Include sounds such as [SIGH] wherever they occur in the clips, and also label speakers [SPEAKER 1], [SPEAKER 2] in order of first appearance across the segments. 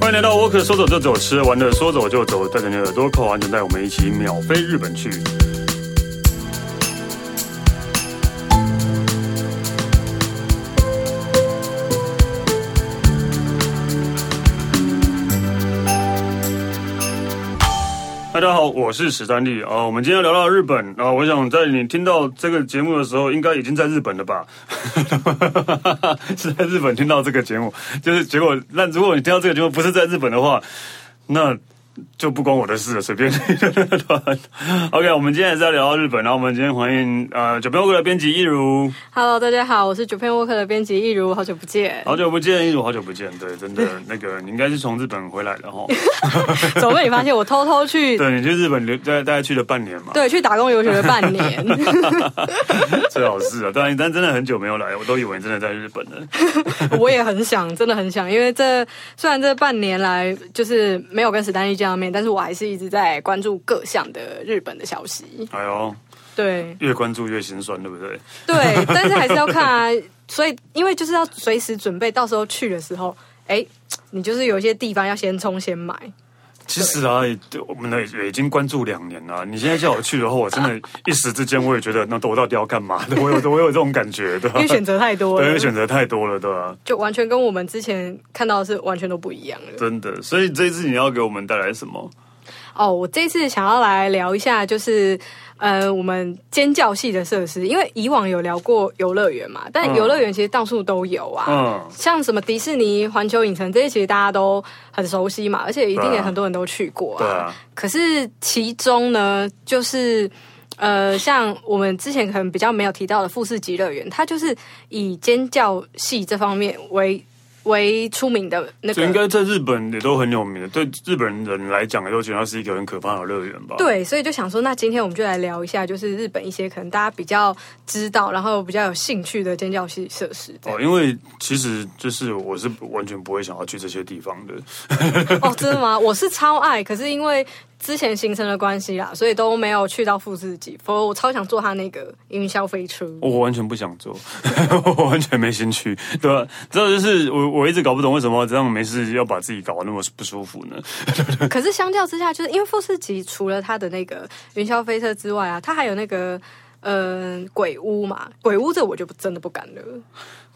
[SPEAKER 1] 欢迎来到沃克，说走就走，吃完了说走就走，带着你的耳朵扣好安全带，我们一起秒飞日本去。大家好，我是史丹利啊、我们今天要聊到日本啊、我想在你听到这个节目的时候，应该已经在日本了吧？ [LAUGHS] 是在日本听到这个节目，就是结果。那如果你听到这个节目不是在日本的话，那就不关我的事了，随便。OK，我们今天还是要聊到日本，然后我们今天欢迎呃九边过的编辑一如，
[SPEAKER 2] Hello，大家好，我是九片 Walker 的编辑易如，好久不见， [LAUGHS]
[SPEAKER 1] 好久不见，一如好久不见，对，真的那个你应该是从日本回来的哈，
[SPEAKER 2] 总被你发现我偷偷去
[SPEAKER 1] [LAUGHS] 对，你去日本留大概大概去了半年嘛，
[SPEAKER 2] 对去打工游学了半年， [LAUGHS]
[SPEAKER 1] 最好是啊，但但真的很久没有来，我都以为你真的在日本了。
[SPEAKER 2] 我也很想，真的很想，因为这虽然这半年来就是没有跟史丹利见到面，但是我还是一直在关注各项的日本的消息，
[SPEAKER 1] 哎呦，
[SPEAKER 2] 对
[SPEAKER 1] 越关注越心酸，对不对？
[SPEAKER 2] 对，但是还是要看啊，
[SPEAKER 1] [LAUGHS]
[SPEAKER 2] 所以因为就是要随时准备，到时候去的时候，哎、你就是有一些地方要先冲先买，
[SPEAKER 1] 其实啊，也我们呢也已经关注两年了。啊你现在叫我去的话，我真的一时之间我也觉得，那我到底要干嘛？我有我有这种感觉， [LAUGHS] 对吧
[SPEAKER 2] 因为选择太多
[SPEAKER 1] 对，因
[SPEAKER 2] 了
[SPEAKER 1] 为，选择太多了，对啊吧、
[SPEAKER 2] 就完全跟我们之前看到的是完全都不一样的。
[SPEAKER 1] 真的，所以这一次你要给我们带来什么？
[SPEAKER 2] 哦，我这次想要来聊一下，就是呃，我们尖叫系的设施，因为以往有聊过游乐园嘛，但游乐园其实到处都有啊。
[SPEAKER 1] 嗯，
[SPEAKER 2] 像什么迪士尼、环球影城这些，其实大家都很熟悉嘛，而且一定
[SPEAKER 1] 对
[SPEAKER 2] 也
[SPEAKER 1] 啊
[SPEAKER 2] 很多人都去过
[SPEAKER 1] 对啊，
[SPEAKER 2] 可是其中呢，就是呃，像我们之前可能比较没有提到的富士急乐园，它就是以尖叫系这方面为为出名的那
[SPEAKER 1] 就应
[SPEAKER 2] 个。
[SPEAKER 1] 该在日本也都很有名的，对日本人来讲，也都觉得它是一个很可怕的乐园吧？，
[SPEAKER 2] 对，所以就想说，那今天我们就来聊一下，就是日本一些可能大家比较知道，然后比较有兴趣的尖叫系设施。这样
[SPEAKER 1] 哦，因为其实就是我是完全不会想要去这些地方的， [LAUGHS]
[SPEAKER 2] [LAUGHS] 哦，真的吗？我是超爱，可是因为之前行程的关系啦，所以都没有去到富士急。否则我超想坐他那个云霄飞 [LAUGHS] 车。
[SPEAKER 1] 我完全不想做， [LAUGHS] 我完全没兴趣，对吧、这就是我我一直搞不懂为什么这样没事要把自己搞得那么不舒服呢？
[SPEAKER 2] 可是相较之下，就是因为富士急除了它的那个云霄飞车之外啊，它还有那个。嗯、鬼屋嘛，鬼屋这我就不真的不敢了，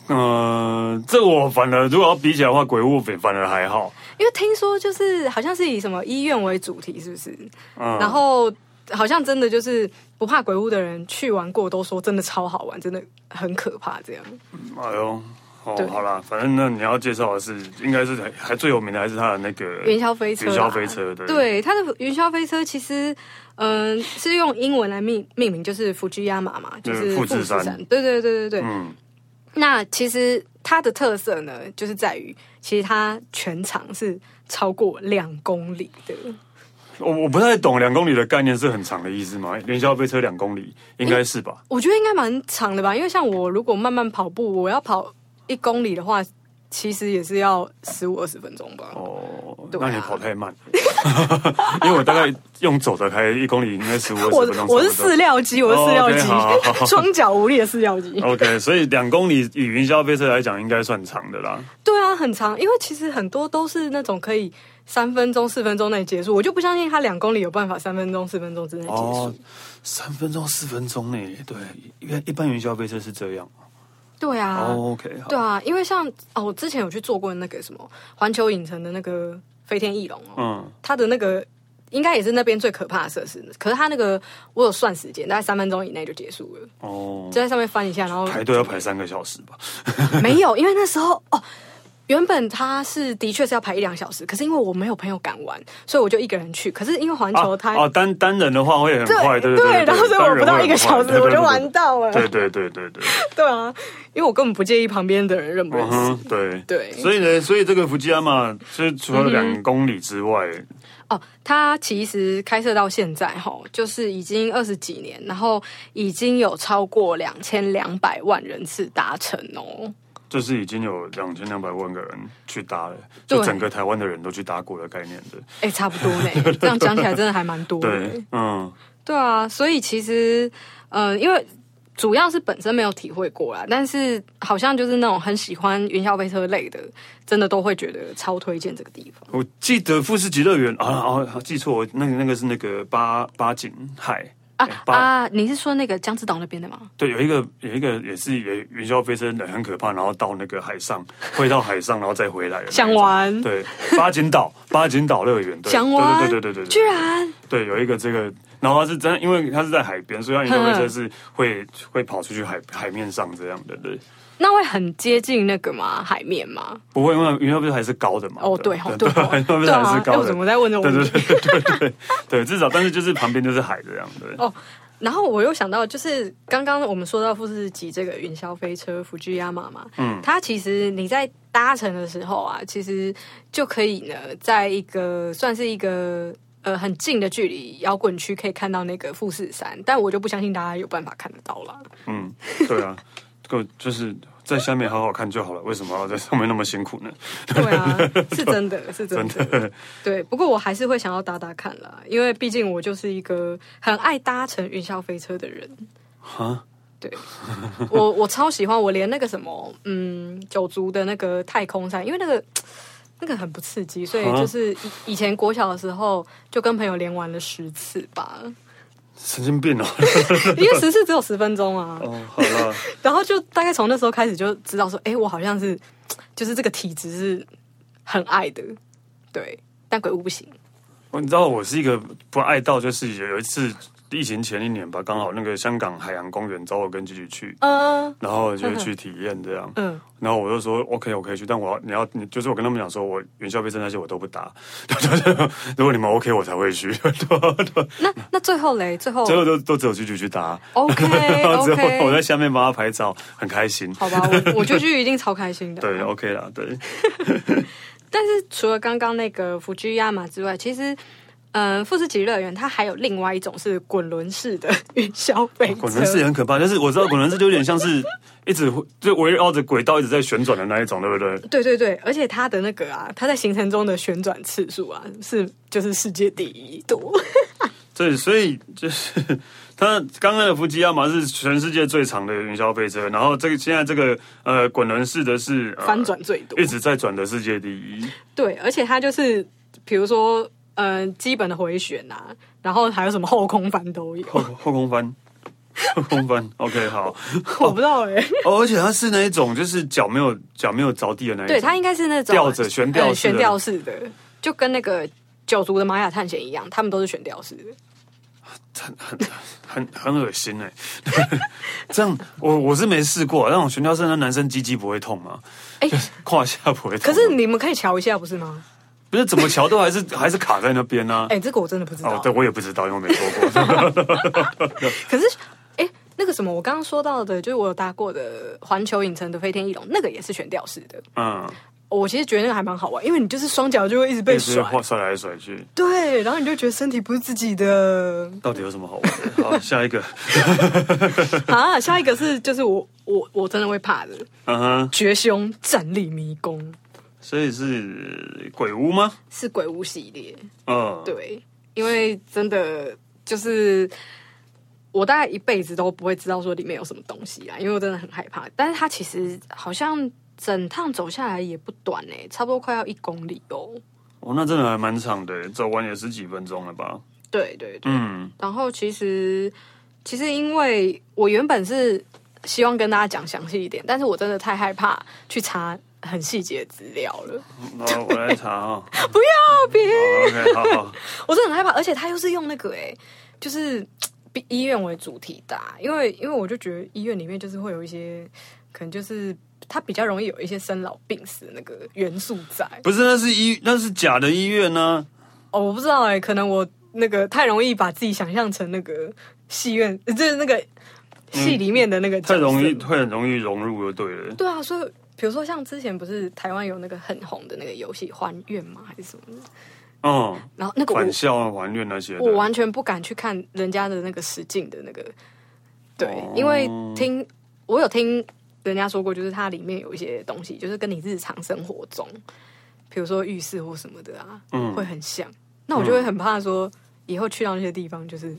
[SPEAKER 1] 呃，这我反而如果要比起来的话，鬼屋反反而还好。
[SPEAKER 2] 因为听说就是好像是以什么医院为主题，是不是？
[SPEAKER 1] 嗯，
[SPEAKER 2] 然后好像真的就是不怕鬼屋的人去玩过，都说真的超好玩，真的很可怕。这样
[SPEAKER 1] 哎呦。哦
[SPEAKER 2] 对，
[SPEAKER 1] 好啦，反正那你要介绍的是，应该是还还最有名的还是他的那个
[SPEAKER 2] 云霄飞车啦，
[SPEAKER 1] 云霄飞车，对
[SPEAKER 2] 对，它的云霄飞车其实，嗯、是用英文来命命名，就是福居亚马嘛，就是
[SPEAKER 1] 嗯富士
[SPEAKER 2] 士
[SPEAKER 1] 山
[SPEAKER 2] 对对对对对。
[SPEAKER 1] 嗯，
[SPEAKER 2] 那其实它的特色呢，就是在于，其实它全长是超过两公里的，
[SPEAKER 1] 我我不太懂两公里的概念是很长的意思吗？云霄飞车两公里应该是吧？
[SPEAKER 2] 我觉得应该蛮长的吧。因为像我如果慢慢跑步，我要跑一公里的话，其实也是要十五二十分钟吧。
[SPEAKER 1] 哦，
[SPEAKER 2] 对啊
[SPEAKER 1] 那你跑太慢，因为我大概用走的开一公里应该十五二
[SPEAKER 2] 我
[SPEAKER 1] 哦十分钟。
[SPEAKER 2] 我是
[SPEAKER 1] 差不多
[SPEAKER 2] 饲料鸡，我是饲料
[SPEAKER 1] 哦，OK，好好
[SPEAKER 2] 鸡，
[SPEAKER 1] 好
[SPEAKER 2] 双脚无力的饲料鸡。
[SPEAKER 1] OK，所以两公里以云霄飞车来讲，应该算长的啦。
[SPEAKER 2] 对啊，很长，因为其实很多都是那种可以三分钟、四分钟内结束，我就不相信他两公里有办法三分钟、四分钟之内结束。
[SPEAKER 1] 哦，三分钟、四分钟内，对，一般一般云霄飞车是这样。
[SPEAKER 2] 对啊，
[SPEAKER 1] 哦，OK，好
[SPEAKER 2] 对啊，因为像哦，我之前有去做过那个什么环球影城的那个飞天翼龙哦，
[SPEAKER 1] 嗯，
[SPEAKER 2] 它的那个应该也是那边最可怕的设施，可是它那个我有算时间，大概三分钟以内就结束了，
[SPEAKER 1] 哦，
[SPEAKER 2] 就在上面翻一下，然后
[SPEAKER 1] 排队 [LAUGHS] 要排三个小时吧？
[SPEAKER 2] 没有，因为那时候哦，原本他是的确是要排一两小时，可是因为我没有朋友敢玩，所以我就一个人去。可是因为环球它、
[SPEAKER 1] 哦，单单人的话会很快，对对，
[SPEAKER 2] 然后所以我不到一个小时我就完
[SPEAKER 1] 完。
[SPEAKER 2] 到了，
[SPEAKER 1] 对对对对对，
[SPEAKER 2] 对啊，因为我根本不介意旁边的人认不认
[SPEAKER 1] 嗯
[SPEAKER 2] 识。
[SPEAKER 1] 哼，对
[SPEAKER 2] 对
[SPEAKER 1] 所以呢，所以这个福吉亚马，就是除了两公里之外，
[SPEAKER 2] 哦，它其实开设到现在哈，吼就是已经二十几年，然后已经有超过两千两百万人次达成哦。
[SPEAKER 1] 就是已经有两千两百万个人去搭了，
[SPEAKER 2] 对
[SPEAKER 1] 就整个台湾的人都去搭过的概念的。
[SPEAKER 2] 哎，差不多呢，这样讲起来真的还蛮多的。
[SPEAKER 1] 对，嗯，
[SPEAKER 2] 对啊，所以其实，嗯、因为主要是本身没有体会过啦，但是好像就是那种很喜欢云霄飞车类的，真的都会觉得超推荐这个地方。
[SPEAKER 1] 我记得富士急乐园啊啊，记错，那个那个是那个八八景海
[SPEAKER 2] 啊
[SPEAKER 1] 哎八
[SPEAKER 2] 啊！你是说那个江之岛那边的吗？
[SPEAKER 1] 对，有一个有一个也是也云霄飞车的很可怕，然后到那个海
[SPEAKER 2] [LAUGHS]
[SPEAKER 1] 上，会到海上，然后再回来的那一种。
[SPEAKER 2] 想玩
[SPEAKER 1] 对，八景岛八景岛乐园，对，
[SPEAKER 2] 想玩
[SPEAKER 1] 对对对对对对，
[SPEAKER 2] 居然
[SPEAKER 1] 对有一个这个，然后它是真的，因为它是在海边，所以它云霄飞车
[SPEAKER 2] 嗯
[SPEAKER 1] 是会会跑出去海海面上这样的，对。
[SPEAKER 2] 那会很接近那个吗？海面吗？
[SPEAKER 1] 不会，因为云霄飞车还是高的嘛。
[SPEAKER 2] 哦，对哦，
[SPEAKER 1] 对，
[SPEAKER 2] 对
[SPEAKER 1] [LAUGHS]
[SPEAKER 2] 哦，
[SPEAKER 1] 云霄飞
[SPEAKER 2] 对
[SPEAKER 1] 车还
[SPEAKER 2] 啊
[SPEAKER 1] 是！
[SPEAKER 2] 哎
[SPEAKER 1] 高
[SPEAKER 2] 我
[SPEAKER 1] 的
[SPEAKER 2] 怎。么在问这种
[SPEAKER 1] 对
[SPEAKER 2] 问
[SPEAKER 1] 对
[SPEAKER 2] 题？
[SPEAKER 1] 对对对对对，至少但是就是旁边就是海这样，对。
[SPEAKER 2] 哦，然后我又想到，就是刚刚我们说到富士急这个云霄飞车福居亚马嘛，嗯，它其实你在搭乘的时候啊，其实就可以呢，在一个算是一个呃很近的距离摇滚区可以看到那个富士山，但我就不相信大家有办法看得到啦。
[SPEAKER 1] 嗯，对啊，够就是在下面好好看就好了，为什么要在上面那么辛苦呢？
[SPEAKER 2] 对啊，是真的，是真的。对，不过我还是会想要搭搭看啦，因为毕竟我就是一个很爱搭乘云霄飞车的人。
[SPEAKER 1] 哈，
[SPEAKER 2] 对， [LAUGHS] 我我超喜欢，我连那个什么，嗯，九族的那个太空山，因为那个那个很不刺激，所以
[SPEAKER 1] 啊
[SPEAKER 2] 就是以以前国小的时候就跟朋友连玩了十次吧，
[SPEAKER 1] 神经病哦！
[SPEAKER 2] 因为十次只有十分钟啊，
[SPEAKER 1] 哦，好了，
[SPEAKER 2] 然后就大概从那时候开始就知道说，哎、我好像是就是这个体质是很爱的，对，但鬼屋不行。
[SPEAKER 1] [LAUGHS] 我你知道我是一个不爱到，就是有一次疫情前一年吧，刚好那个香港海洋公园找我跟姐姐去，
[SPEAKER 2] 嗯
[SPEAKER 1] 然后就去体验这样。
[SPEAKER 2] 嗯，
[SPEAKER 1] 然后我就说 OK，我可以去，但我要你要你就是我跟他们讲说，我元宵飞车那些我都不 [LAUGHS] 打，如果你们 OK，我才会去。 [LAUGHS]
[SPEAKER 2] 那那最后嘞，最后
[SPEAKER 1] 最后都都只有去去去打， [LAUGHS]
[SPEAKER 2] OK
[SPEAKER 1] 然后之
[SPEAKER 2] 哎 OK，
[SPEAKER 1] 后我在下面帮他拍照，很开心。
[SPEAKER 2] 好吧，我我就去一定超开心的
[SPEAKER 1] [LAUGHS]
[SPEAKER 2] 啊、
[SPEAKER 1] 对，OK 啦，对，
[SPEAKER 2] 但是除了刚刚那个福居亚马之外，其实。嗯，富士急乐园它还有另外一种是滚轮式的云霄飞车，
[SPEAKER 1] 哦滚轮式也很可怕，但是我知道滚轮式就有点像是一直就围绕着轨道一直在旋转的那一种，对不对？
[SPEAKER 2] 对对对，而且它的那个啊，它在行程中的旋转次数啊，是就是世界第一多。
[SPEAKER 1] 对，所以就是它刚刚的福吉亚马是全世界最长的云霄飞车，然后这个现在这个呃滚轮式的是、呃
[SPEAKER 2] 翻转最多
[SPEAKER 1] 一直在转的世界第一。
[SPEAKER 2] 对，而且它就是比如说，嗯、基本的回旋啊，然后还有什么后空翻都
[SPEAKER 1] [LAUGHS]
[SPEAKER 2] 有，
[SPEAKER 1] 后后空翻，后空翻，OK，好。
[SPEAKER 2] 我不知道哎、
[SPEAKER 1] 哦，而且它是那一种就是脚没有脚没有着地的那一种，
[SPEAKER 2] 对，它应该是那种
[SPEAKER 1] 吊着悬吊式的
[SPEAKER 2] 呃悬吊式的，就跟那个九族的玛雅探险一样，他们都是悬吊式的。
[SPEAKER 1] 很很很很恶心哎、 [LAUGHS] 这样我我是没试过，那种悬吊式的男生鸡鸡不会痛吗？ [LAUGHS]
[SPEAKER 2] 哎
[SPEAKER 1] 就是胯下不会痛
[SPEAKER 2] 可
[SPEAKER 1] 吗。
[SPEAKER 2] 是你们可以瞧一下，不是吗？
[SPEAKER 1] 不是怎么瞧都还是还是卡在那边呢、
[SPEAKER 2] 哎、这个我真的不知道。
[SPEAKER 1] 哦，对，我也不知道，因为我没做
[SPEAKER 2] [LAUGHS]
[SPEAKER 1] 过。
[SPEAKER 2] 可是，哎、那个什么，我刚刚说到的，就是我有搭过的环球影城的飞天翼龙，那个也是悬吊式的。哦
[SPEAKER 1] 嗯，
[SPEAKER 2] 我其实觉得那个还蛮好玩，因为你就是双脚就会一直被
[SPEAKER 1] 一直
[SPEAKER 2] 甩，
[SPEAKER 1] 晃甩来甩去，
[SPEAKER 2] 对，然后你就觉得身体不是自己
[SPEAKER 1] [LAUGHS]
[SPEAKER 2] 的
[SPEAKER 1] 到底有什么好玩的？好，下一个，
[SPEAKER 2] 啊。下一个是，就是我我我真的会怕的
[SPEAKER 1] 嗯哼，
[SPEAKER 2] 绝凶站立迷宫，
[SPEAKER 1] 所以是鬼屋吗？
[SPEAKER 2] 是鬼屋系列。
[SPEAKER 1] 嗯，，
[SPEAKER 2] 对，因为真的就是我大概一辈子都不会知道说里面有什么东西啊，因为我真的很害怕。但是它其实好像整趟走下来也不短呢、差不多快要一公里哦。
[SPEAKER 1] 哦，那真的还蛮长的，走完也十几分钟了吧？
[SPEAKER 2] 对对对，
[SPEAKER 1] 嗯，
[SPEAKER 2] 然后其实其实因为我原本是希望跟大家讲详细一点，但是我真的太害怕去查很细节的资料了，
[SPEAKER 1] 然后我来查哈、
[SPEAKER 2] [LAUGHS] 不要别
[SPEAKER 1] 哦、，OK，好
[SPEAKER 2] [LAUGHS]
[SPEAKER 1] 好，
[SPEAKER 2] 我真的很害怕，而且他又是用那个哎、就是比医院为主题的啊、因为因为我就觉得医院里面就是会有一些，可能就是它比较容易有一些生老病死的那个元素在。
[SPEAKER 1] 不是，那是医，那是假的医院呢、
[SPEAKER 2] 哦，我不知道哎、可能我那个太容易把自己想象成那个戏院，呃就是那个戏里面的那个、
[SPEAKER 1] 嗯
[SPEAKER 2] 角
[SPEAKER 1] 太容易，
[SPEAKER 2] 色
[SPEAKER 1] 会很容易融入就对了。
[SPEAKER 2] 对啊，所以比如说像之前不是台湾有那个很红的那个游戏《还愿》吗？还是什么的？
[SPEAKER 1] 嗯，
[SPEAKER 2] 然后那个我
[SPEAKER 1] 返校啊、还愿那些的，
[SPEAKER 2] 我完全不敢去看人家的那个实境的那个，对，
[SPEAKER 1] 哦
[SPEAKER 2] 因为听我有听人家说过，就是它里面有一些东西，就是跟你日常生活中，比如说浴室或什么的啊，
[SPEAKER 1] 嗯
[SPEAKER 2] 会很像。那我就会很怕说，以后去到那些地方，就是 [LAUGHS]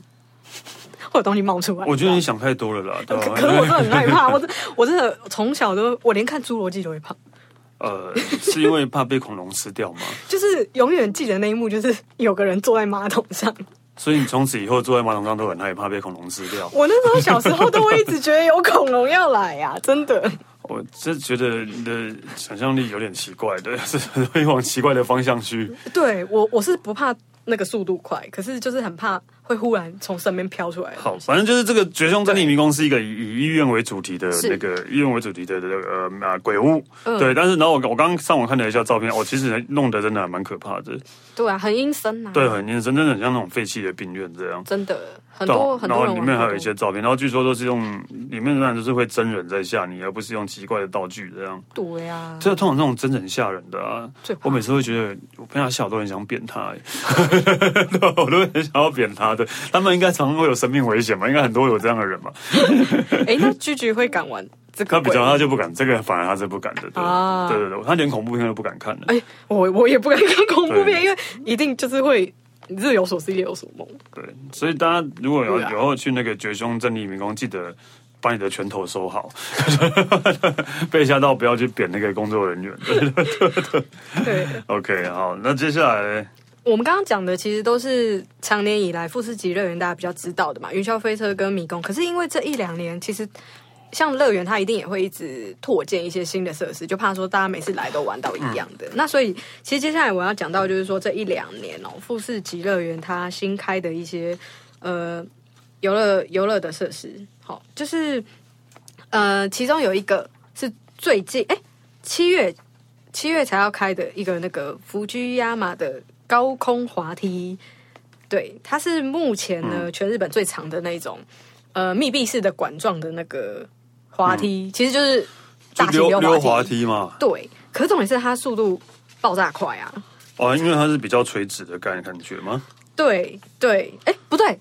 [SPEAKER 2] 会有东西冒出来。
[SPEAKER 1] 我觉得你想太多了啦，对吧
[SPEAKER 2] [LAUGHS] 可可是我真的很害怕，我真我真的从小都，我连看侏罗纪都会怕，
[SPEAKER 1] [LAUGHS] 呃，是因为怕被恐龙吃掉吗？
[SPEAKER 2] 就是永远记得那一幕，就是有个人坐在马桶上。
[SPEAKER 1] 所以你从此以后坐在马桶上都很害怕被恐龙吃掉。
[SPEAKER 2] 我那时候小时候都会一直觉得有恐龙要来呀、真的。
[SPEAKER 1] 我这觉得你的想象力有点奇怪，对， [LAUGHS] 是会往奇怪的方向去。
[SPEAKER 2] 对我我是不怕那个速度快，可是就是很怕会忽然从身边飘出来。
[SPEAKER 1] 好，反正就是这个《绝凶真理迷宫》是一个以以医院为主题的
[SPEAKER 2] 是嗯
[SPEAKER 1] 那个医院为主题的那个呃啊鬼屋，对。但是然后我我刚刚上网看了一下照片，哦，其实弄得真的还蛮可怕的，
[SPEAKER 2] 对啊，很阴森呐、
[SPEAKER 1] 对，，很阴森，真的很像那种废弃的病院这样。
[SPEAKER 2] 真的很
[SPEAKER 1] 对
[SPEAKER 2] 多
[SPEAKER 1] 啊，
[SPEAKER 2] 很
[SPEAKER 1] 然
[SPEAKER 2] 多
[SPEAKER 1] 后
[SPEAKER 2] 人
[SPEAKER 1] 里面还有一些照片，然后据说都是用里面当然就是会真人在吓你，而不是用奇怪的道具这样。
[SPEAKER 2] 赌呀，
[SPEAKER 1] 这通常这种真人吓人的啊
[SPEAKER 2] 最怕，
[SPEAKER 1] 我每次会觉得我被他吓，我都很想扁他、欸， [LAUGHS] 对啊我都很想要扁他的。他们应该常常会有生命危险嘛，应该很多有这样的人嘛。
[SPEAKER 2] 哎，那居居会敢玩这
[SPEAKER 1] 他
[SPEAKER 2] 个
[SPEAKER 1] 比
[SPEAKER 2] 鬼？
[SPEAKER 1] 较他就不敢，这个反而他是不敢的。对、
[SPEAKER 2] 啊
[SPEAKER 1] 对对对，他连恐怖片都不敢看的。
[SPEAKER 2] 哎，我我也不敢看恐怖片，
[SPEAKER 1] 对
[SPEAKER 2] 因为一定就是会日有所思，夜有所梦。
[SPEAKER 1] 对，所以大家如果有
[SPEAKER 2] 对啊
[SPEAKER 1] 以后去那个绝凶正义民工，记得把你的拳头收好， [LAUGHS] 被吓到不要去扁那个工作人员。 [LAUGHS]
[SPEAKER 2] 对，
[SPEAKER 1] OK，好，那接下来
[SPEAKER 2] 我们刚刚讲的其实都是常年以来富士急乐园大家比较知道的嘛，云霄飞车跟迷宫。可是因为这一两年，其实像乐园它一定也会一直拓建一些新的设施，就怕说大家每次来都玩到一样的。那所以其实接下来我要讲到就是说这一两年哦，富士急乐园它新开的一些呃游乐游乐的设施，好，就是呃其中有一个是最近哎七月七月才要开的一个那个福居亚马的高空滑梯，对，它是目前呢、
[SPEAKER 1] 嗯
[SPEAKER 2] 全日本最长的那种，呃，密闭式的管状的那个滑梯，其实就是
[SPEAKER 1] 嗯就
[SPEAKER 2] 大型
[SPEAKER 1] 溜溜
[SPEAKER 2] 滑
[SPEAKER 1] 滑。梯嘛，
[SPEAKER 2] 对，可是重点是它速度爆炸快啊！
[SPEAKER 1] 哦，因为它是比较垂直的感感觉吗？
[SPEAKER 2] 对对，哎，不对，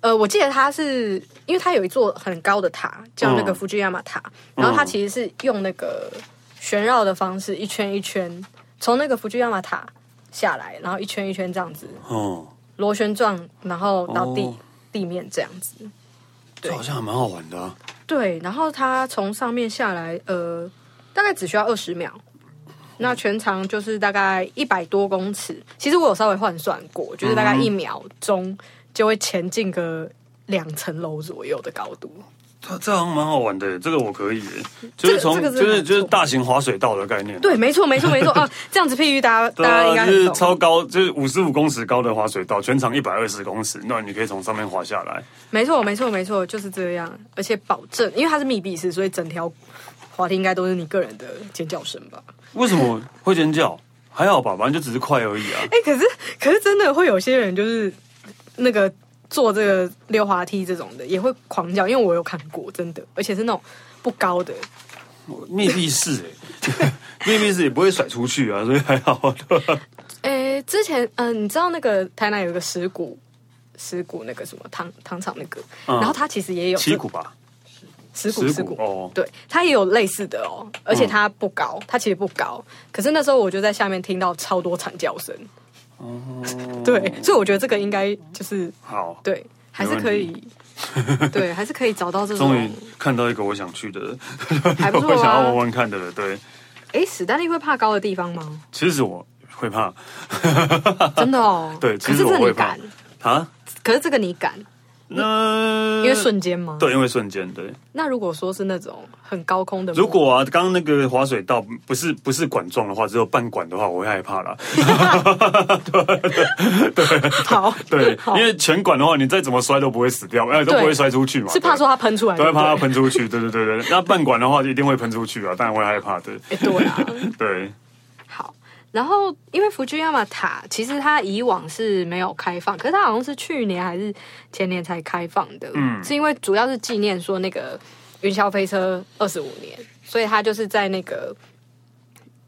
[SPEAKER 2] 呃，我记得它是因为它有一座很高的塔，叫那个
[SPEAKER 1] 嗯
[SPEAKER 2] 福居亚马塔，然后它
[SPEAKER 1] 嗯
[SPEAKER 2] 其实是用那个旋绕的方式一圈一圈从那个福居亚马塔下来，然后一圈一圈这样子
[SPEAKER 1] 哦，
[SPEAKER 2] 螺旋状，然后到地、
[SPEAKER 1] 哦
[SPEAKER 2] 地面这样子。对
[SPEAKER 1] 这好像还蛮好玩的、啊。
[SPEAKER 2] 对，然后它从上面下来，呃，大概只需要二十秒。那全长就是大概一百多公尺，其实我有稍微换算过，就是
[SPEAKER 1] 嗯
[SPEAKER 2] 大概一秒钟就会前进个两层楼左右的高度。
[SPEAKER 1] 它这好像蛮好玩的，这个我可以耶，就是从、
[SPEAKER 2] 这个
[SPEAKER 1] 就
[SPEAKER 2] 真的
[SPEAKER 1] 是
[SPEAKER 2] 很
[SPEAKER 1] 就是
[SPEAKER 2] 酷
[SPEAKER 1] 大型滑水道的概念。
[SPEAKER 2] 对，没错，没错，没错
[SPEAKER 1] [LAUGHS]
[SPEAKER 2] 啊！这样子譬喻大家，
[SPEAKER 1] 对
[SPEAKER 2] 大家应
[SPEAKER 1] 啊，
[SPEAKER 2] 该
[SPEAKER 1] 就是
[SPEAKER 2] 很
[SPEAKER 1] 超
[SPEAKER 2] 懂。
[SPEAKER 1] 高，就是五十五公尺高的滑水道，全长一百二十公尺，那你可以从上面滑下来。
[SPEAKER 2] 没错，没错，没错，就是这样。而且保证，因为它是密闭式，所以整条滑梯应该都是你个人的尖叫声吧。
[SPEAKER 1] 为什么会尖叫？还好吧，反正就只是快而已啊。 [LAUGHS]
[SPEAKER 2] 哎、可是 [LAUGHS] 可是真的会有些人就是那个坐这个溜滑梯这种的也会狂叫，因为我有看过，真的，而且是那种不高的，
[SPEAKER 1] 密闭式哎、 [LAUGHS] 密闭式也不会甩出去啊，所以还好 [LAUGHS] 啊。对吧
[SPEAKER 2] 诶、之前嗯、呃你知道那个台南有一个石鼓，石鼓那个什么糖糖厂那个，
[SPEAKER 1] 嗯
[SPEAKER 2] 然后它其实也有
[SPEAKER 1] 七股吧，
[SPEAKER 2] 石鼓
[SPEAKER 1] 石
[SPEAKER 2] 石
[SPEAKER 1] 鼓
[SPEAKER 2] 鼓
[SPEAKER 1] 哦嗯
[SPEAKER 2] 对，它也有类似的哦，而且它不高，它其实不高，可是那时候我就在下面听到超多惨叫声，
[SPEAKER 1] 哦
[SPEAKER 2] 对，所以我觉得这个应该就是
[SPEAKER 1] 好，
[SPEAKER 2] 对，还是可以。
[SPEAKER 1] [LAUGHS]
[SPEAKER 2] 对，还是可以找到这种
[SPEAKER 1] 终于看到一个我想去的，
[SPEAKER 2] 还不错
[SPEAKER 1] [LAUGHS]
[SPEAKER 2] 啊
[SPEAKER 1] 我想要玩玩看的了。对，
[SPEAKER 2] 哎，史丹利会怕高的地方吗？ [LAUGHS]
[SPEAKER 1] 其实我会怕。
[SPEAKER 2] 真的哦
[SPEAKER 1] [LAUGHS] 对
[SPEAKER 2] 可
[SPEAKER 1] 其
[SPEAKER 2] 是
[SPEAKER 1] 实
[SPEAKER 2] 这
[SPEAKER 1] 我
[SPEAKER 2] 个
[SPEAKER 1] 会
[SPEAKER 2] 你
[SPEAKER 1] 怕
[SPEAKER 2] 敢，
[SPEAKER 1] 啊。
[SPEAKER 2] 可是这个你敢，
[SPEAKER 1] 那嗯
[SPEAKER 2] 因为瞬间吗？。
[SPEAKER 1] 对，因为瞬间对。
[SPEAKER 2] 那如果说是那种很高空的，
[SPEAKER 1] 如果啊，刚刚那个滑水道不是不是管状的话，只有半管的话，我会害怕啦。
[SPEAKER 2] [LAUGHS] 好，
[SPEAKER 1] [LAUGHS] 对，
[SPEAKER 2] 好
[SPEAKER 1] 因为全管的话，你再怎么摔都不会死掉，哎，都
[SPEAKER 2] 对
[SPEAKER 1] 不会摔出去嘛。
[SPEAKER 2] 是怕说它喷出来，
[SPEAKER 1] 对，都会怕它
[SPEAKER 2] 对
[SPEAKER 1] 喷出去。对对对对，那半管的话一定会喷出去
[SPEAKER 2] [LAUGHS]
[SPEAKER 1] 啊，当然会害怕的。
[SPEAKER 2] 不对。诶对啊，
[SPEAKER 1] 对，
[SPEAKER 2] 好。然后，因为福居亚马塔其实它以往是没有开放，可是它好像是去年还是前年才开放的。嗯，是因为主要是纪念说那个云霄飞车二十五年，所以它就是在那个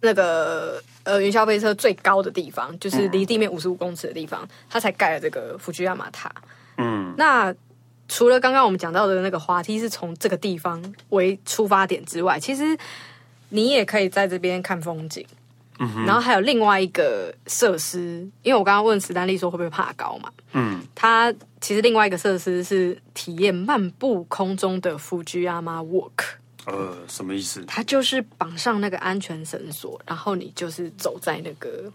[SPEAKER 2] 那个呃云霄飞车最高的地方，就是离地面五十五公尺的地方，它才盖了这个福居亚马塔。
[SPEAKER 1] 嗯，
[SPEAKER 2] 那除了刚刚我们讲到的那个滑梯是从这个地方为出发点之外，其实你也可以在这边看风景。
[SPEAKER 1] 嗯
[SPEAKER 2] 然后还有另外一个设施，因为我刚刚问史丹利说会不会怕高嘛，
[SPEAKER 1] 嗯，
[SPEAKER 2] 他其实另外一个设施是体验漫步空中的 Fujiyama Walk，
[SPEAKER 1] 呃，什么意思？
[SPEAKER 2] 它就是绑上那个安全绳索，然后你就是走在那个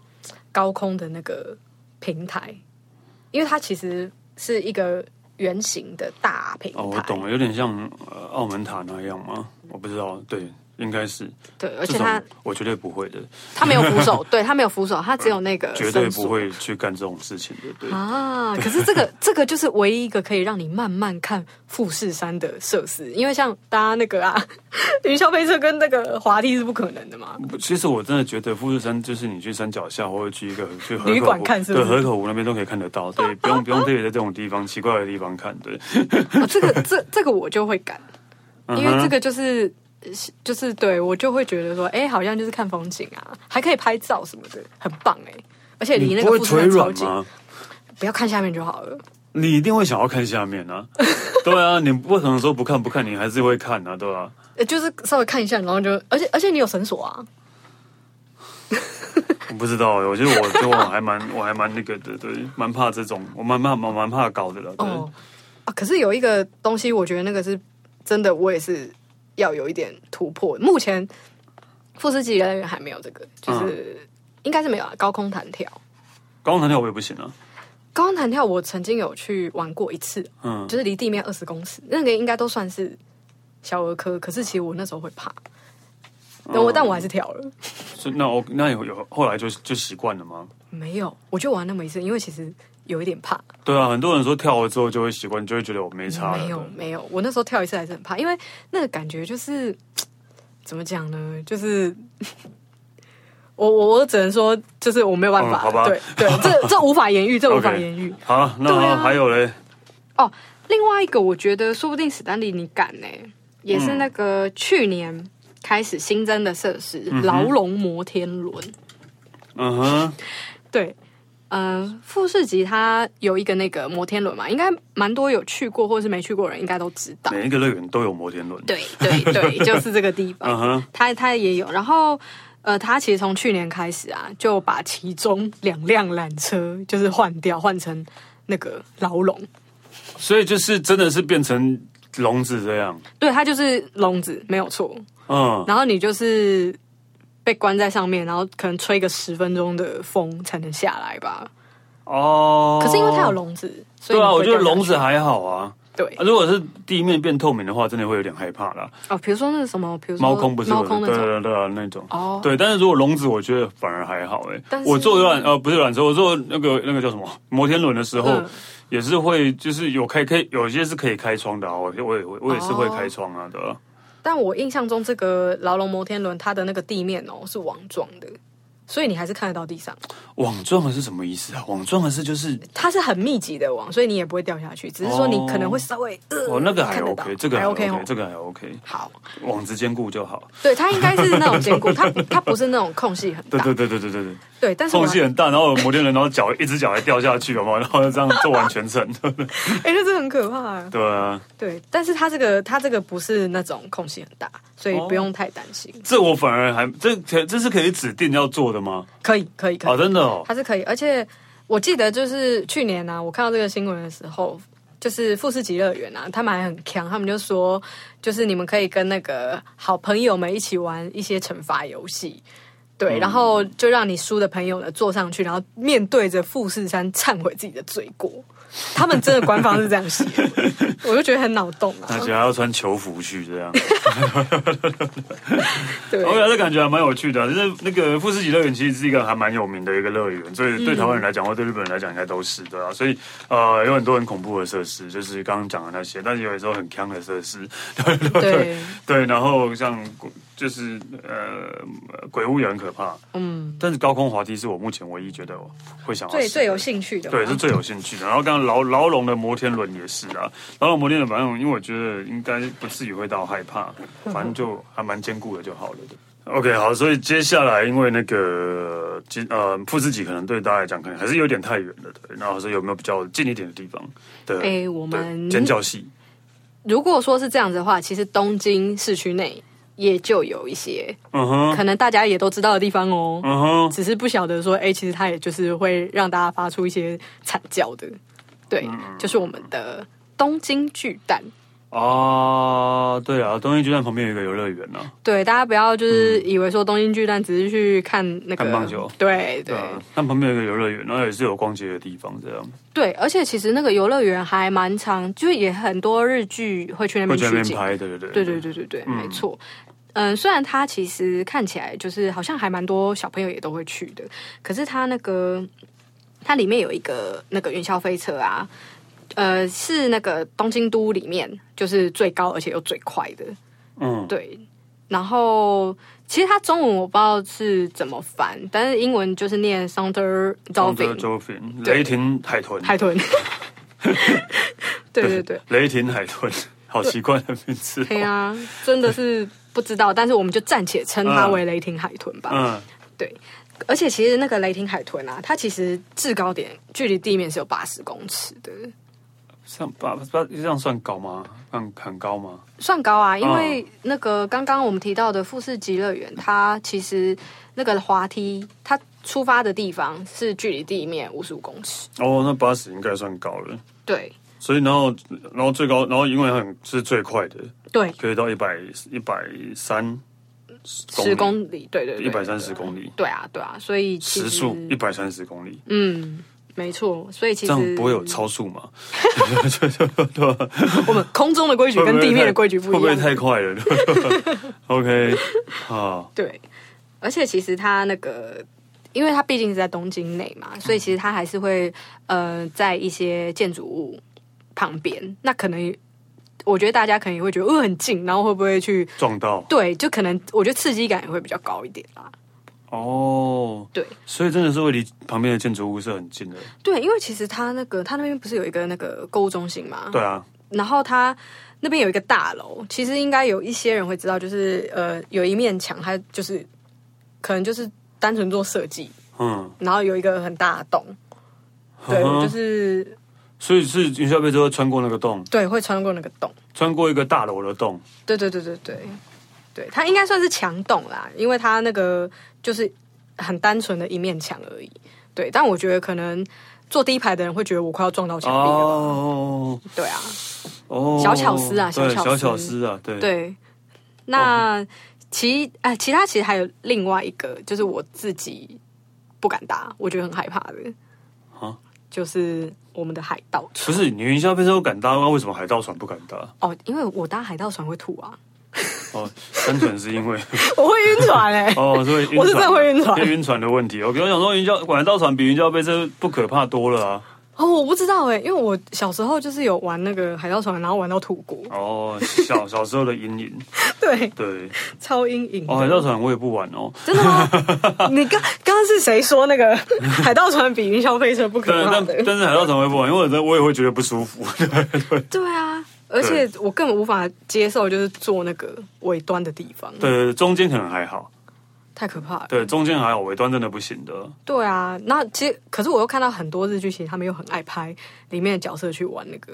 [SPEAKER 2] 高空的那个平台，因为它其实是一个圆形的大平台，
[SPEAKER 1] 哦，我懂了，有点像呃澳门塔那样吗？我不知道，对，应该是
[SPEAKER 2] 对，而
[SPEAKER 1] 这种
[SPEAKER 2] 且它
[SPEAKER 1] 我绝对不会的，
[SPEAKER 2] 它没有
[SPEAKER 1] [LAUGHS]
[SPEAKER 2] 扶手，对，它没有扶手，它只有那个
[SPEAKER 1] 绝对
[SPEAKER 2] 绳索
[SPEAKER 1] 不会去干这种事情的，对。
[SPEAKER 2] 呃啊！可是这
[SPEAKER 1] [LAUGHS]
[SPEAKER 2] 个这个就是唯一一个可以让你慢慢看富士山的设施，因为像搭那个啊 [LAUGHS] 云霄飞车跟那个滑梯是不可能的嘛。
[SPEAKER 1] 其实我真的觉得富士山就是你去山脚下，或者去一个去河口湖
[SPEAKER 2] 旅馆看是不是
[SPEAKER 1] 对河口湖那边都可以看得到，对，不用不用特别在这种地方奇怪的地方看，对，
[SPEAKER 2] [LAUGHS] 哦、
[SPEAKER 1] [LAUGHS]
[SPEAKER 2] 这个这这个我就会赶，因
[SPEAKER 1] 嗯
[SPEAKER 2] 为
[SPEAKER 1] 哼
[SPEAKER 2] 这个就是就是对我就会觉得说，哎，好像就是看风景啊，还可以拍照什么的，很棒哎、而且离那
[SPEAKER 1] 你
[SPEAKER 2] 个
[SPEAKER 1] 不会
[SPEAKER 2] 富士
[SPEAKER 1] 腿
[SPEAKER 2] 山超
[SPEAKER 1] 软
[SPEAKER 2] 近，
[SPEAKER 1] 吗？
[SPEAKER 2] 不要看下面就好了。
[SPEAKER 1] 你一定会想要看下面
[SPEAKER 2] [LAUGHS]
[SPEAKER 1] 啊，对啊，你为什么说不看不看？你还是会看啊，对吧、
[SPEAKER 2] 呃就是稍微看一下，然后就，而且而且你有绳索啊，
[SPEAKER 1] 我不知道欸，我觉得我觉得我还蛮 [LAUGHS] 我还蛮那个的，对，蛮怕这种，我蛮怕蛮蛮怕搞的了，对。
[SPEAKER 2] 哦啊，可是有一个东西，我觉得那个是真的，我也是要有一点突破。目前富士急人员还没有这个，就是、
[SPEAKER 1] 嗯
[SPEAKER 2] 应该是没有啊。高空弹跳，
[SPEAKER 1] 高空弹跳我也不行啊，
[SPEAKER 2] 高空弹跳，我曾经有去玩过一次，
[SPEAKER 1] 嗯，
[SPEAKER 2] 就是离地面二十公尺，那个应该都算是小儿科。可是其实我那时候会怕，
[SPEAKER 1] 嗯
[SPEAKER 2] 但我、但我还是跳了。
[SPEAKER 1] 是那我那有有后来就就习惯了吗？
[SPEAKER 2] 没有，我就玩那么一次，因为其实有一点怕。
[SPEAKER 1] 对啊，很多人说跳了之后就会习惯，就会觉得我没差了。
[SPEAKER 2] 没有
[SPEAKER 1] 对
[SPEAKER 2] 没有，我那时候跳一次还是很怕，因为那个感觉就是怎么讲呢？就是我我我只能说，就是我没有办
[SPEAKER 1] 嗯
[SPEAKER 2] 法，
[SPEAKER 1] 好吧
[SPEAKER 2] 对对，
[SPEAKER 1] [LAUGHS]
[SPEAKER 2] 这这无法言喻，这无法
[SPEAKER 1] OK
[SPEAKER 2] 言喻。
[SPEAKER 1] 好，那、
[SPEAKER 2] 对啊
[SPEAKER 1] 还有嘞，
[SPEAKER 2] 哦，另外一个我觉得说不定史丹利你敢呢、也是那个
[SPEAKER 1] 嗯
[SPEAKER 2] 去年开始新增的设施——牢笼摩天轮。
[SPEAKER 1] 嗯哼，
[SPEAKER 2] 对，呃，富士吉它有一个那个摩天轮嘛，应该蛮多有去过或是没去过的人应该都知道。
[SPEAKER 1] 每一个乐园都有摩天轮。，
[SPEAKER 2] 对
[SPEAKER 1] [LAUGHS]
[SPEAKER 2] 对对，就是这个地方。
[SPEAKER 1] 嗯哼，
[SPEAKER 2] 它它也有，然后呃，它其实从去年开始啊，就把其中两辆缆车就是换掉，换成那个牢笼。
[SPEAKER 1] 所以就是真的是变成笼子这样，
[SPEAKER 2] 对，它就是笼子，没有错。
[SPEAKER 1] 嗯，
[SPEAKER 2] 然后你就是被关在上面，然后可能吹个十分钟的风才能下来吧。
[SPEAKER 1] 哦，
[SPEAKER 2] 可是因为它有。笼子，所
[SPEAKER 1] 对
[SPEAKER 2] 以你
[SPEAKER 1] 啊，
[SPEAKER 2] 不
[SPEAKER 1] 我
[SPEAKER 2] 会
[SPEAKER 1] 觉得
[SPEAKER 2] 掉下
[SPEAKER 1] 笼
[SPEAKER 2] 去
[SPEAKER 1] 子还好啊。
[SPEAKER 2] 对
[SPEAKER 1] 啊如果是地面变透明的话，真的会有点害怕啦。
[SPEAKER 2] 哦，比如说那个什么，比如说
[SPEAKER 1] 猫空不是
[SPEAKER 2] 猫
[SPEAKER 1] 我的
[SPEAKER 2] 空那
[SPEAKER 1] 对
[SPEAKER 2] 种
[SPEAKER 1] 对对啊那种。
[SPEAKER 2] 哦，
[SPEAKER 1] 对，但是如果笼子，我觉得反而还好哎、
[SPEAKER 2] 但是
[SPEAKER 1] 我坐缆呃不是缆车，我坐那个那个叫什么摩天轮的时候，
[SPEAKER 2] 嗯
[SPEAKER 1] 也是会就是有开可以有些是可以开窗的啊，我我也会我也是
[SPEAKER 2] 哦
[SPEAKER 1] 会开窗啊，对吧、
[SPEAKER 2] 但我印象中，这个牢笼摩天轮它的那个地面哦是网状的，所以你还是看得到地上。
[SPEAKER 1] 网状的是什么意思啊？网状的是就是
[SPEAKER 2] 它是很密集的网，所以你也不会掉下去，只是说你可能会稍微呃，
[SPEAKER 1] 哦，那个还
[SPEAKER 2] 看得到
[SPEAKER 1] OK，这个还 OK，,
[SPEAKER 2] 哦
[SPEAKER 1] 这个还 OK，
[SPEAKER 2] 好，
[SPEAKER 1] 网子兼顾就好。
[SPEAKER 2] 对，它应该是那种坚固，它
[SPEAKER 1] [LAUGHS]
[SPEAKER 2] 它不是那种空隙很
[SPEAKER 1] 对
[SPEAKER 2] 大，
[SPEAKER 1] 对对对对对对，
[SPEAKER 2] 对但是我
[SPEAKER 1] [LAUGHS] 缝隙很大，然后有摩天轮，然后脚一只脚还掉下去，有没有？然后这样做完全程， [LAUGHS]
[SPEAKER 2] 哎，那这很可怕啊。
[SPEAKER 1] 对啊，
[SPEAKER 2] 对，但是它这个它这个不是那种空隙很大，所以
[SPEAKER 1] 哦
[SPEAKER 2] 不用太担心，
[SPEAKER 1] 这我反而还这可这是可以指定要做的吗？
[SPEAKER 2] 可以可以可
[SPEAKER 1] 啊，
[SPEAKER 2] 以，
[SPEAKER 1] 真的
[SPEAKER 2] [LAUGHS]
[SPEAKER 1] 哦，
[SPEAKER 2] 它是可以，而且我记得就是去年呢、啊，我看到这个新闻的时候。就是富士吉乐园啊，他们还很强，他们就说，就是你们可以跟那个好朋友们一起玩一些惩罚游戏，对，
[SPEAKER 1] 嗯
[SPEAKER 2] 然后就让你输的朋友呢坐上去，然后面对着富士山忏悔自己的罪
[SPEAKER 1] [LAUGHS]
[SPEAKER 2] 过。他们真的官方是这样写的，我就觉得很脑洞啊
[SPEAKER 1] 而。 [LAUGHS] 且还要穿球服去这样。
[SPEAKER 2] 对，
[SPEAKER 1] OK，这感觉还蛮有趣的啊、就是那个富士吉乐园其实是一个还蛮有名的一个乐园，所以对台湾
[SPEAKER 2] 嗯
[SPEAKER 1] 人来讲或对日本人来讲应该都是对啊。所以呃，有很多很恐怖的设施，就是刚刚讲的那些，但是有的时候很坑的设施， [LAUGHS] 对对
[SPEAKER 2] 对
[SPEAKER 1] [LAUGHS] 对。然后像就是呃，鬼屋也很可怕，嗯。但是高空滑梯是我目前唯一觉得我会想要
[SPEAKER 2] 最
[SPEAKER 1] 试的
[SPEAKER 2] 最有兴趣的嘛，
[SPEAKER 1] 对，是最有兴趣的。然后刚刚牢牢笼的摩天轮也是啊，牢笼摩天轮反正因为我觉得应该不至于会到害怕，反正
[SPEAKER 2] [LAUGHS]
[SPEAKER 1] 就还蛮坚固的就好了的。OK，好，所以接下来因为那个其呃富士吉可能对大家来讲可能还是有点太远了，对。然后所以有没有比较近一点的地方的？
[SPEAKER 2] 哎我们
[SPEAKER 1] 尖叫系
[SPEAKER 2] 如果说是这样子的话，其实东京市区内也就有一些，
[SPEAKER 1] 嗯哼，
[SPEAKER 2] 可能大家也都知道的地方哦。
[SPEAKER 1] 嗯哼，
[SPEAKER 2] 只是不晓得说，哎、其实它也就是会让大家发出一些惨叫的，对，
[SPEAKER 1] 嗯
[SPEAKER 2] 就是我们的东京巨蛋。
[SPEAKER 1] 啊，对啊，东京巨蛋旁边有一个游乐园啊呢。
[SPEAKER 2] 对，大家不要就是以为说东京巨蛋只是去看那个
[SPEAKER 1] 嗯看棒球
[SPEAKER 2] 对对
[SPEAKER 1] 对啊，但旁边有一个游乐园，然后也是有逛街的地方，这样
[SPEAKER 2] 对，而且其实那个游乐园还蛮长，就是也很多日剧会去那
[SPEAKER 1] 会
[SPEAKER 2] 边
[SPEAKER 1] 去那
[SPEAKER 2] 取
[SPEAKER 1] 边
[SPEAKER 2] 景。
[SPEAKER 1] 拍，对对对，
[SPEAKER 2] 对对对对对，没错。嗯，虽然它其实看起来就是好像还蛮多小朋友也都会去的，可是它那个它里面有一个那个云霄飞车啊，呃，是那个东京都里面就是最高而且又最快的，
[SPEAKER 1] 嗯，
[SPEAKER 2] 对。然后其实它中文我不知道是怎么翻，但是英文就是念 Sounder
[SPEAKER 1] 哦
[SPEAKER 2] Dolphin
[SPEAKER 1] 周平
[SPEAKER 2] 对
[SPEAKER 1] 雷霆海豚，
[SPEAKER 2] 海豚。 [LAUGHS] 对对对，，
[SPEAKER 1] [LAUGHS] 雷霆海豚，好奇怪的名
[SPEAKER 2] [LAUGHS]
[SPEAKER 1] 字哦。
[SPEAKER 2] 对啊，真的是不知道，但是我们就暂且称它为雷霆海豚吧。
[SPEAKER 1] 嗯，
[SPEAKER 2] 而且其实那个雷霆海豚啊，它其实制高点距离地面是有八十公尺的，
[SPEAKER 1] 像八八这样算高吗？很很高吗？
[SPEAKER 2] 算高
[SPEAKER 1] 嗯
[SPEAKER 2] 啊。因为那个刚刚我们提到的富士极乐园，它其实那个滑梯，它出发的地方是距离地面五十五公尺。
[SPEAKER 1] 哦，那八十应该算高了。
[SPEAKER 2] 对
[SPEAKER 1] 所以，然后，然后最高，然后因为很是最快的，
[SPEAKER 2] 对，
[SPEAKER 1] 可以到一百一百三
[SPEAKER 2] 十公里，对对对，
[SPEAKER 1] 一百三十公里，
[SPEAKER 2] 对啊对啊，所以其
[SPEAKER 1] 时
[SPEAKER 2] 实
[SPEAKER 1] 速一百三十公里，
[SPEAKER 2] 嗯。没错，所以其
[SPEAKER 1] 这
[SPEAKER 2] 实
[SPEAKER 1] 样不会有超速吗？
[SPEAKER 2] 我们空中的规矩
[SPEAKER 1] 会不
[SPEAKER 2] 跟
[SPEAKER 1] 会
[SPEAKER 2] 地面
[SPEAKER 1] 太
[SPEAKER 2] 的规矩不一
[SPEAKER 1] 会
[SPEAKER 2] 样，
[SPEAKER 1] 不会太快了 [LAUGHS]
[SPEAKER 2] [LAUGHS]
[SPEAKER 1] ？OK，好，
[SPEAKER 2] 对，而且其实它那个，因为它毕竟是在东京内嘛，所以其实它还是会呃在一些建筑物旁边。那可能我觉得大家可能也会觉得，呃，很近，然后会不会去？
[SPEAKER 1] 撞到
[SPEAKER 2] 对，就可能我觉得刺激感也会比较高一点啦。
[SPEAKER 1] 哦，
[SPEAKER 2] 对
[SPEAKER 1] 所以真的是会离旁边的建筑物是很近的，
[SPEAKER 2] 对，因为其实它那个它那边不是有一个那个购物中心嘛，
[SPEAKER 1] 对啊，
[SPEAKER 2] 然后它那边有一个大楼，其实应该有一些人会知道，就是呃有一面墙，它就是可能就是单纯做设计，
[SPEAKER 1] 嗯，
[SPEAKER 2] 然后有一个很大的洞，对，
[SPEAKER 1] 嗯哼
[SPEAKER 2] 就是
[SPEAKER 1] 所以是云霄飞车穿过那个洞，
[SPEAKER 2] 对，会穿过那个洞，
[SPEAKER 1] 穿过一个大楼的洞，
[SPEAKER 2] 对对对对对，对，它应该算是墙洞啦，因为它那个就是很单纯的一面墙而已，对，但我觉得可能坐第一排的人会觉得我快要撞到墙壁了吧，
[SPEAKER 1] 哦
[SPEAKER 2] 对啊，
[SPEAKER 1] 哦，
[SPEAKER 2] 小巧思啊
[SPEAKER 1] 对
[SPEAKER 2] 小巧思
[SPEAKER 1] 小巧思啊，对，
[SPEAKER 2] 对，
[SPEAKER 1] 哦
[SPEAKER 2] 那其啊、其他其实还有另外一个，就是我自己不敢搭，我觉得很害怕的
[SPEAKER 1] 啊，
[SPEAKER 2] 就是我们的海盗船
[SPEAKER 1] 不是你云霄飞车敢搭，那为什么海盗船不敢搭？
[SPEAKER 2] 哦，因为我搭海盗船会吐啊，
[SPEAKER 1] 哦，单纯是
[SPEAKER 2] [LAUGHS]
[SPEAKER 1] 因为
[SPEAKER 2] 我会晕船哎、
[SPEAKER 1] 哦，所以晕船
[SPEAKER 2] 我是真的会晕船
[SPEAKER 1] 因为晕船的问题。我刚想说，云霄管道船比云霄飞车不可怕多了啊。
[SPEAKER 2] 哦，我不知道哎、因为我小时候就是有玩那个海盗船，然后玩到吐过，
[SPEAKER 1] 哦，小小时候的阴影，
[SPEAKER 2] [LAUGHS] 对，
[SPEAKER 1] 对。
[SPEAKER 2] 超阴影的
[SPEAKER 1] 哦，海盗船我也不玩哦。
[SPEAKER 2] 真
[SPEAKER 1] [LAUGHS]
[SPEAKER 2] 的吗？你刚刚刚是谁说那个 [LAUGHS] 海盗船比云霄飞车不可
[SPEAKER 1] 但
[SPEAKER 2] 怕
[SPEAKER 1] 但
[SPEAKER 2] 的？
[SPEAKER 1] 但是海盗船我也不玩，因为我真的我也会觉得不舒服。
[SPEAKER 2] 对啊，而且我根本无法接受，就是坐那个尾端的地方，
[SPEAKER 1] 对，中间可能还好，
[SPEAKER 2] 太可怕了。
[SPEAKER 1] 对，中间还好，尾端真的不行的。
[SPEAKER 2] 对啊，那其实可是我又看到很多日剧，其实他们又很爱拍里面的角色去玩那个，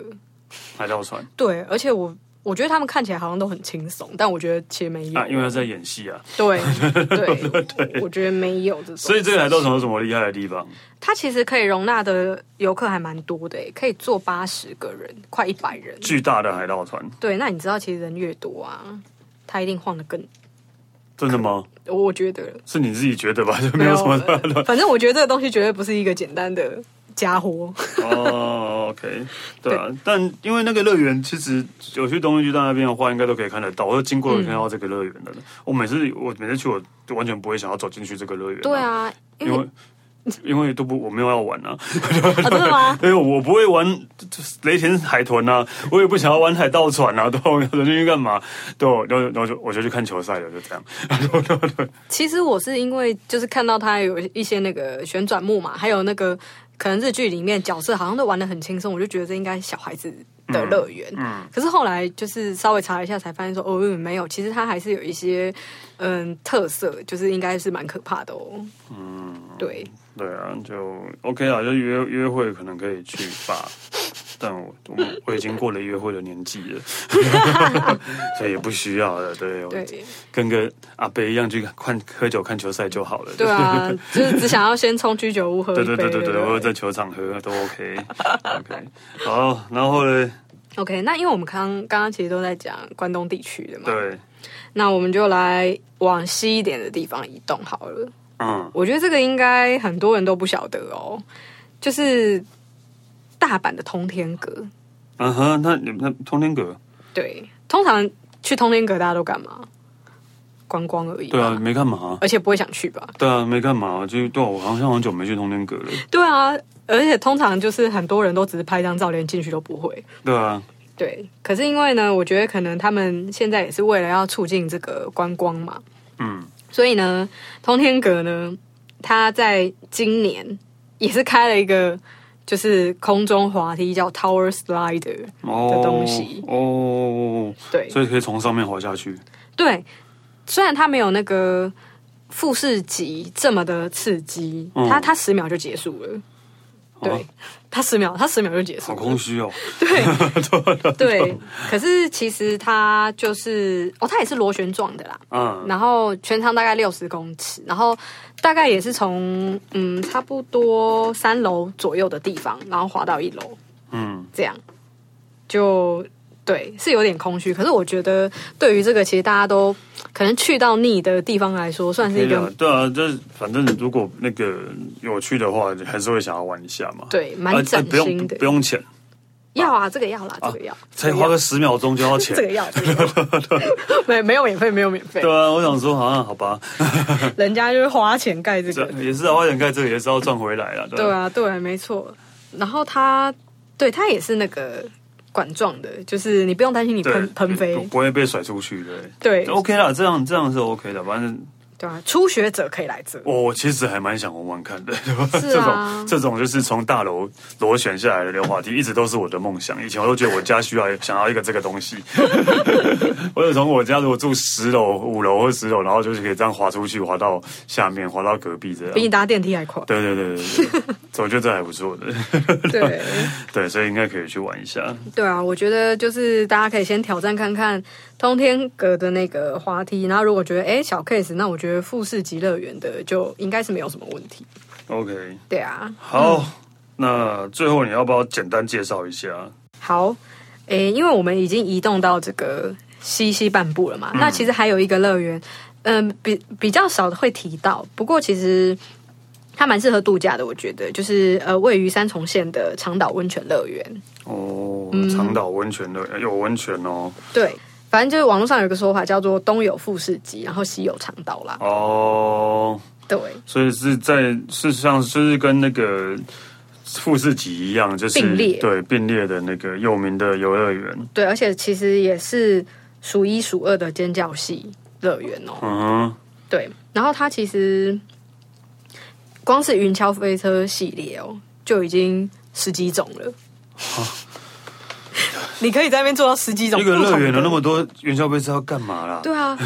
[SPEAKER 1] 海盗船
[SPEAKER 2] 对，而且我。我觉得他们看起来好像都很轻松，但我觉得其实没有。
[SPEAKER 1] 啊，因为他在演戏啊， [LAUGHS]
[SPEAKER 2] 对对我我觉得没有这种。
[SPEAKER 1] 所以这个海盗船有什么厉害的地方？
[SPEAKER 2] 它其实可以容纳的游客还蛮多的耶，欸可以坐八十个人，快一百人。
[SPEAKER 1] 巨大的海盗船，
[SPEAKER 2] 对，那你知道其实人越多啊，它一定晃得更，
[SPEAKER 1] 真的吗？
[SPEAKER 2] 我觉得
[SPEAKER 1] 是你自己觉得吧？ [LAUGHS] 就没有什么
[SPEAKER 2] 没有呃反正我觉得这个东西绝对不是一个简单的家伙。
[SPEAKER 1] 哦，OK，对啊，但因为那个乐园，其实有去东京巨蛋那边的话，应该都可以看得到，我就经过有看到这个乐园的。我每次我每次去，我就完全不会想要走进去这个乐园、[LAUGHS]
[SPEAKER 2] 对，啊，因
[SPEAKER 1] 因
[SPEAKER 2] 为
[SPEAKER 1] 为因为都不我没有要玩啊，
[SPEAKER 2] 啊真的吗？
[SPEAKER 1] 因为哎我不会玩雷霆海豚啊，我也不想要玩海盗船啊，对 [LAUGHS] 吧，我要走进去干嘛？对，我然后然后就我就去看球赛了，就这样。
[SPEAKER 2] 其实我是因为就是看到它有一些那个旋转木马，还有那个可能日剧里面角色好像都玩的很轻松，我就觉得这应该是小孩子的乐园。嗯，可是后来就是稍微查一下才发现说，哦，嗯没有，其实它还是有一些嗯特色，就是应该是蛮可怕的哦。嗯，对。
[SPEAKER 1] 对啊，就 OK 啊，就约约会可能可以去吧。但我我我已经过了约会的年纪了， [LAUGHS] 所以也不需要了。对，我
[SPEAKER 2] 对
[SPEAKER 1] 跟个阿伯一样去看喝酒、看球赛就好了。
[SPEAKER 2] 对啊，就是只想要先冲居酒屋喝
[SPEAKER 1] [LAUGHS]
[SPEAKER 2] 一
[SPEAKER 1] 对
[SPEAKER 2] 杯。
[SPEAKER 1] 对对对对，
[SPEAKER 2] 不
[SPEAKER 1] 我在球场喝都 OK。OK，好，然后呢？
[SPEAKER 2] OK，那因为我们刚刚刚其实都在讲关东地区的嘛，
[SPEAKER 1] 对，
[SPEAKER 2] 那我们就来往西一点的地方移动好了。
[SPEAKER 1] 嗯，
[SPEAKER 2] 我觉得这个应该很多人都不晓得哦，就是大阪的通天阁。
[SPEAKER 1] 嗯哼，那你那通天阁，
[SPEAKER 2] 对，通常去通天阁大家都干嘛？观光而已。
[SPEAKER 1] 对啊，，没干嘛，
[SPEAKER 2] 而且不会想去吧？
[SPEAKER 1] 对啊，没干嘛，就对啊我好像很久没去通天阁了，
[SPEAKER 2] 对啊，而且通常就是很多人都只是拍张照，连进去都不会。
[SPEAKER 1] 对啊，
[SPEAKER 2] 对，可是因为呢，我觉得可能他们现在也是为了要促进这个观光嘛，
[SPEAKER 1] 嗯，
[SPEAKER 2] 所以呢，通天阁呢，它在今年也是开了一个就是空中滑梯，叫 Tower Slider。
[SPEAKER 1] 哦，
[SPEAKER 2] 的东西
[SPEAKER 1] 哦，
[SPEAKER 2] 对
[SPEAKER 1] 所以可以从上面滑下去，
[SPEAKER 2] 对，虽然它没有那个复式级这么的刺激，
[SPEAKER 1] 嗯
[SPEAKER 2] 它它十秒就结束了。
[SPEAKER 1] 哦
[SPEAKER 2] 对，它十秒，它十秒就结束
[SPEAKER 1] 好
[SPEAKER 2] 了。
[SPEAKER 1] 空虚哦，
[SPEAKER 2] 对，可是其实它就是哦，它也是螺旋状的啦，
[SPEAKER 1] 嗯，
[SPEAKER 2] 然后全长大概六十公尺，然后大概也是从嗯差不多三楼左右的地方，然后滑到一楼，
[SPEAKER 1] 嗯，
[SPEAKER 2] 这样就对是有点空虚。可是我觉得对于这个其实大家都可能去到腻的地方来说，算是一
[SPEAKER 1] 对啊
[SPEAKER 2] 个，
[SPEAKER 1] 对啊，就是反正如果那个有趣的话，还是会想要玩一下嘛，
[SPEAKER 2] 对蛮
[SPEAKER 1] 呃，
[SPEAKER 2] 崭
[SPEAKER 1] 不
[SPEAKER 2] 新
[SPEAKER 1] 用
[SPEAKER 2] 的。
[SPEAKER 1] 不用钱，
[SPEAKER 2] 要啊，这个要啦，这个要，
[SPEAKER 1] 才花个十秒钟就要钱
[SPEAKER 2] 这，个要，这个要，
[SPEAKER 1] [LAUGHS]
[SPEAKER 2] 没没有免费，没有免费
[SPEAKER 1] 对，啊，我想说，好像好吧，
[SPEAKER 2] 人家就是花钱盖这
[SPEAKER 1] 这
[SPEAKER 2] 个。
[SPEAKER 1] 也是啊花钱盖这个也是要赚回来啊，
[SPEAKER 2] 对
[SPEAKER 1] 啊，
[SPEAKER 2] 啊，对，没错。然后它，对它也是那个管状的，就是你不用担心你
[SPEAKER 1] 对
[SPEAKER 2] 喷喷
[SPEAKER 1] 不
[SPEAKER 2] 飞。
[SPEAKER 1] 不会被甩出去的。
[SPEAKER 2] 对
[SPEAKER 1] OK 啦，这样这样是 OK 的，反正
[SPEAKER 2] 对啊，初学者可以来这。
[SPEAKER 1] 我其实还蛮想玩玩看的， [LAUGHS]
[SPEAKER 2] 是啊
[SPEAKER 1] 这种这种就是从大楼螺旋下来的溜滑梯，一直都是我的梦想。以前我都觉得我家需要想要一个这个东西， [LAUGHS] 我有从我家如果住十楼、五楼或十楼，然后就是可以这样滑出去，滑到下面，滑到隔壁这样
[SPEAKER 2] 比。你搭电梯还快。
[SPEAKER 1] 对对对对对， [LAUGHS] 所以我觉得这还不错的，
[SPEAKER 2] 对
[SPEAKER 1] [LAUGHS] 对，所以应该可以去玩一下。
[SPEAKER 2] 对啊，我觉得就是大家可以先挑战看看通天阁的那个滑梯，然后如果觉得哎小 case，那我觉得富士极乐园的就应该是没有什么问题。
[SPEAKER 1] OK，
[SPEAKER 2] 对啊，
[SPEAKER 1] 好，那最后你要不要简单介绍一下？
[SPEAKER 2] 好，诶，因为我们已经移动到这个西西半部了嘛，那其实还有一个乐园，嗯、比比较少会提到，不过其实它蛮适合度假的，我觉得，就是呃，位于三重县的长岛温泉乐园，
[SPEAKER 1] 哦，
[SPEAKER 2] 嗯
[SPEAKER 1] 长岛温泉的有温泉哦，
[SPEAKER 2] 对。反正就是网络上有一个说法叫做“东有富士急，然后西有长岛”啦。
[SPEAKER 1] 哦，
[SPEAKER 2] 对，
[SPEAKER 1] 所以是在事实上就是跟那个富士急一样，就是
[SPEAKER 2] 并列
[SPEAKER 1] 对并列的那个有名的游乐园。
[SPEAKER 2] 对，而且其实也是数一数二的尖叫系乐园哦。
[SPEAKER 1] 嗯哼，
[SPEAKER 2] 对，然后它其实光是云霄飞车系列哦，就已经十几种
[SPEAKER 1] [LAUGHS]
[SPEAKER 2] 了。你可以在那边做到十几种
[SPEAKER 1] 一个
[SPEAKER 2] 不同
[SPEAKER 1] 乐园有
[SPEAKER 2] 的
[SPEAKER 1] 那么多元宵杯是要干嘛啦？
[SPEAKER 2] 对啊，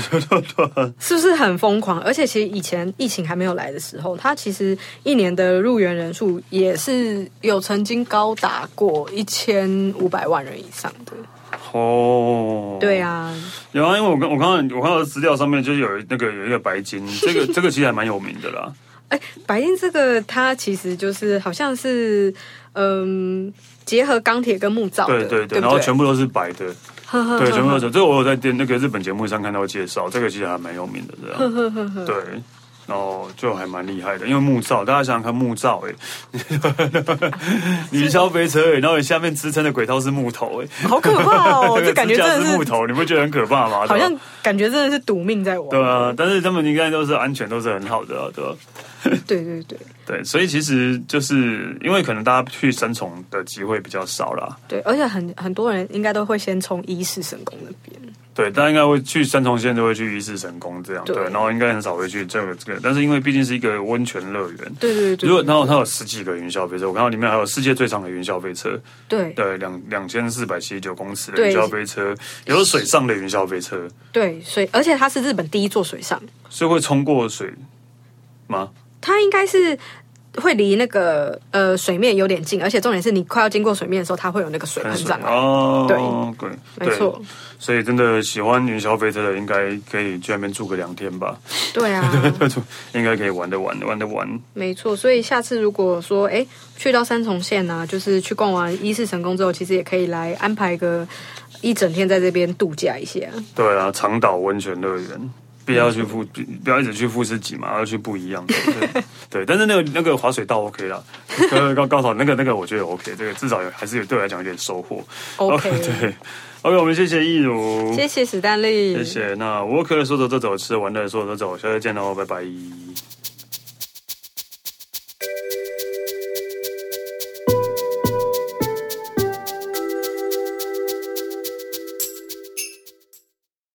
[SPEAKER 2] 是不是很疯狂？而且其实以前疫情还没有来的时候，它其实一年的入园人数也是有曾经高达过一千五百万人以上的。
[SPEAKER 1] [LAUGHS] 哦，
[SPEAKER 2] 对，啊，
[SPEAKER 1] 有啊，因为我刚我刚刚我看到资料上面就是有那个有一个白金，这
[SPEAKER 2] [LAUGHS]
[SPEAKER 1] 个这个其实还蛮有名的啦。
[SPEAKER 2] 哎，白金这个它其实就是好像是嗯，结合钢铁跟木造的，
[SPEAKER 1] 对对
[SPEAKER 2] 对
[SPEAKER 1] 对，
[SPEAKER 2] 不
[SPEAKER 1] 然后全部都是白的，
[SPEAKER 2] 呵呵呵
[SPEAKER 1] 对，全部都是。这个我有在电那个日本节目上看到介绍，这个其实还蛮有名的，这样。
[SPEAKER 2] 呵呵呵
[SPEAKER 1] 对，然后就还蛮厉害的，因为木造，大家想想看，木造
[SPEAKER 2] [LAUGHS]
[SPEAKER 1] 哎、欸，云霄飞车哎、然后你下面支撑的轨道是木头哎、
[SPEAKER 2] 好可怕哦！
[SPEAKER 1] [LAUGHS] 那
[SPEAKER 2] 这
[SPEAKER 1] 个
[SPEAKER 2] 感觉
[SPEAKER 1] 支
[SPEAKER 2] 真
[SPEAKER 1] 架
[SPEAKER 2] 的
[SPEAKER 1] 是木
[SPEAKER 2] 是，
[SPEAKER 1] 头，你不觉得很可怕吗？
[SPEAKER 2] 好像
[SPEAKER 1] 对吧
[SPEAKER 2] 感觉真的是赌命在玩。
[SPEAKER 1] 对啊，但是他们应该都是安全，都是很好的、啊，对吧、
[SPEAKER 2] 对对对
[SPEAKER 1] 对，所以其实就是因为可能大家去三重的机会比较少啦，
[SPEAKER 2] 对，而且很很多人应该都会先从一世神宫那边。
[SPEAKER 1] 对，大家应该会去三重县都会去一世神宫这样，对
[SPEAKER 2] 对，
[SPEAKER 1] 然后应该很少会去这个这个，但是因为毕竟是一个温泉乐园，
[SPEAKER 2] 对对
[SPEAKER 1] 如果
[SPEAKER 2] 对
[SPEAKER 1] 然后它有十几个云霄飞车，我看到里面还有世界最长的云霄飞车，
[SPEAKER 2] 对对
[SPEAKER 1] 对，两两千四百七十九公尺的
[SPEAKER 2] 对
[SPEAKER 1] 云霄飞车，也有水上的云霄飞车，
[SPEAKER 2] 对，所以而且它是日本第一座水上，
[SPEAKER 1] 所以会冲过水吗？
[SPEAKER 2] 它应该是会离那个呃水面有点近，而且重点是你快要经过水面的时候，它会有那个水喷
[SPEAKER 1] 水
[SPEAKER 2] 上来。
[SPEAKER 1] 哦，
[SPEAKER 2] 对
[SPEAKER 1] 对，
[SPEAKER 2] 没错，
[SPEAKER 1] 所以真的喜欢云霄飞车的，应该可以去那边住个两天吧， [LAUGHS]
[SPEAKER 2] 对啊，
[SPEAKER 1] 应该可以玩得玩，玩得玩。
[SPEAKER 2] 没错。所以下次如果说哎去到三重县啊，就是去逛完伊势神宫之后，其实也可以来安排个一整天在这边度假一下。
[SPEAKER 1] 对啊，长岛温泉乐园。不要去富，不要一直去富士急嘛，要去不一样的。 [LAUGHS] 对，对但是那个那个滑水道 OK 啦，高高高潮那个那个我觉得 OK，这个至少有还是有对我来讲有点收获。
[SPEAKER 2] OK，
[SPEAKER 1] 对，OK，我们谢谢易如，
[SPEAKER 2] 谢谢史丹利，
[SPEAKER 1] 谢谢。那 Worker 说走就走，吃玩乐说走就走，下次见喽，拜拜。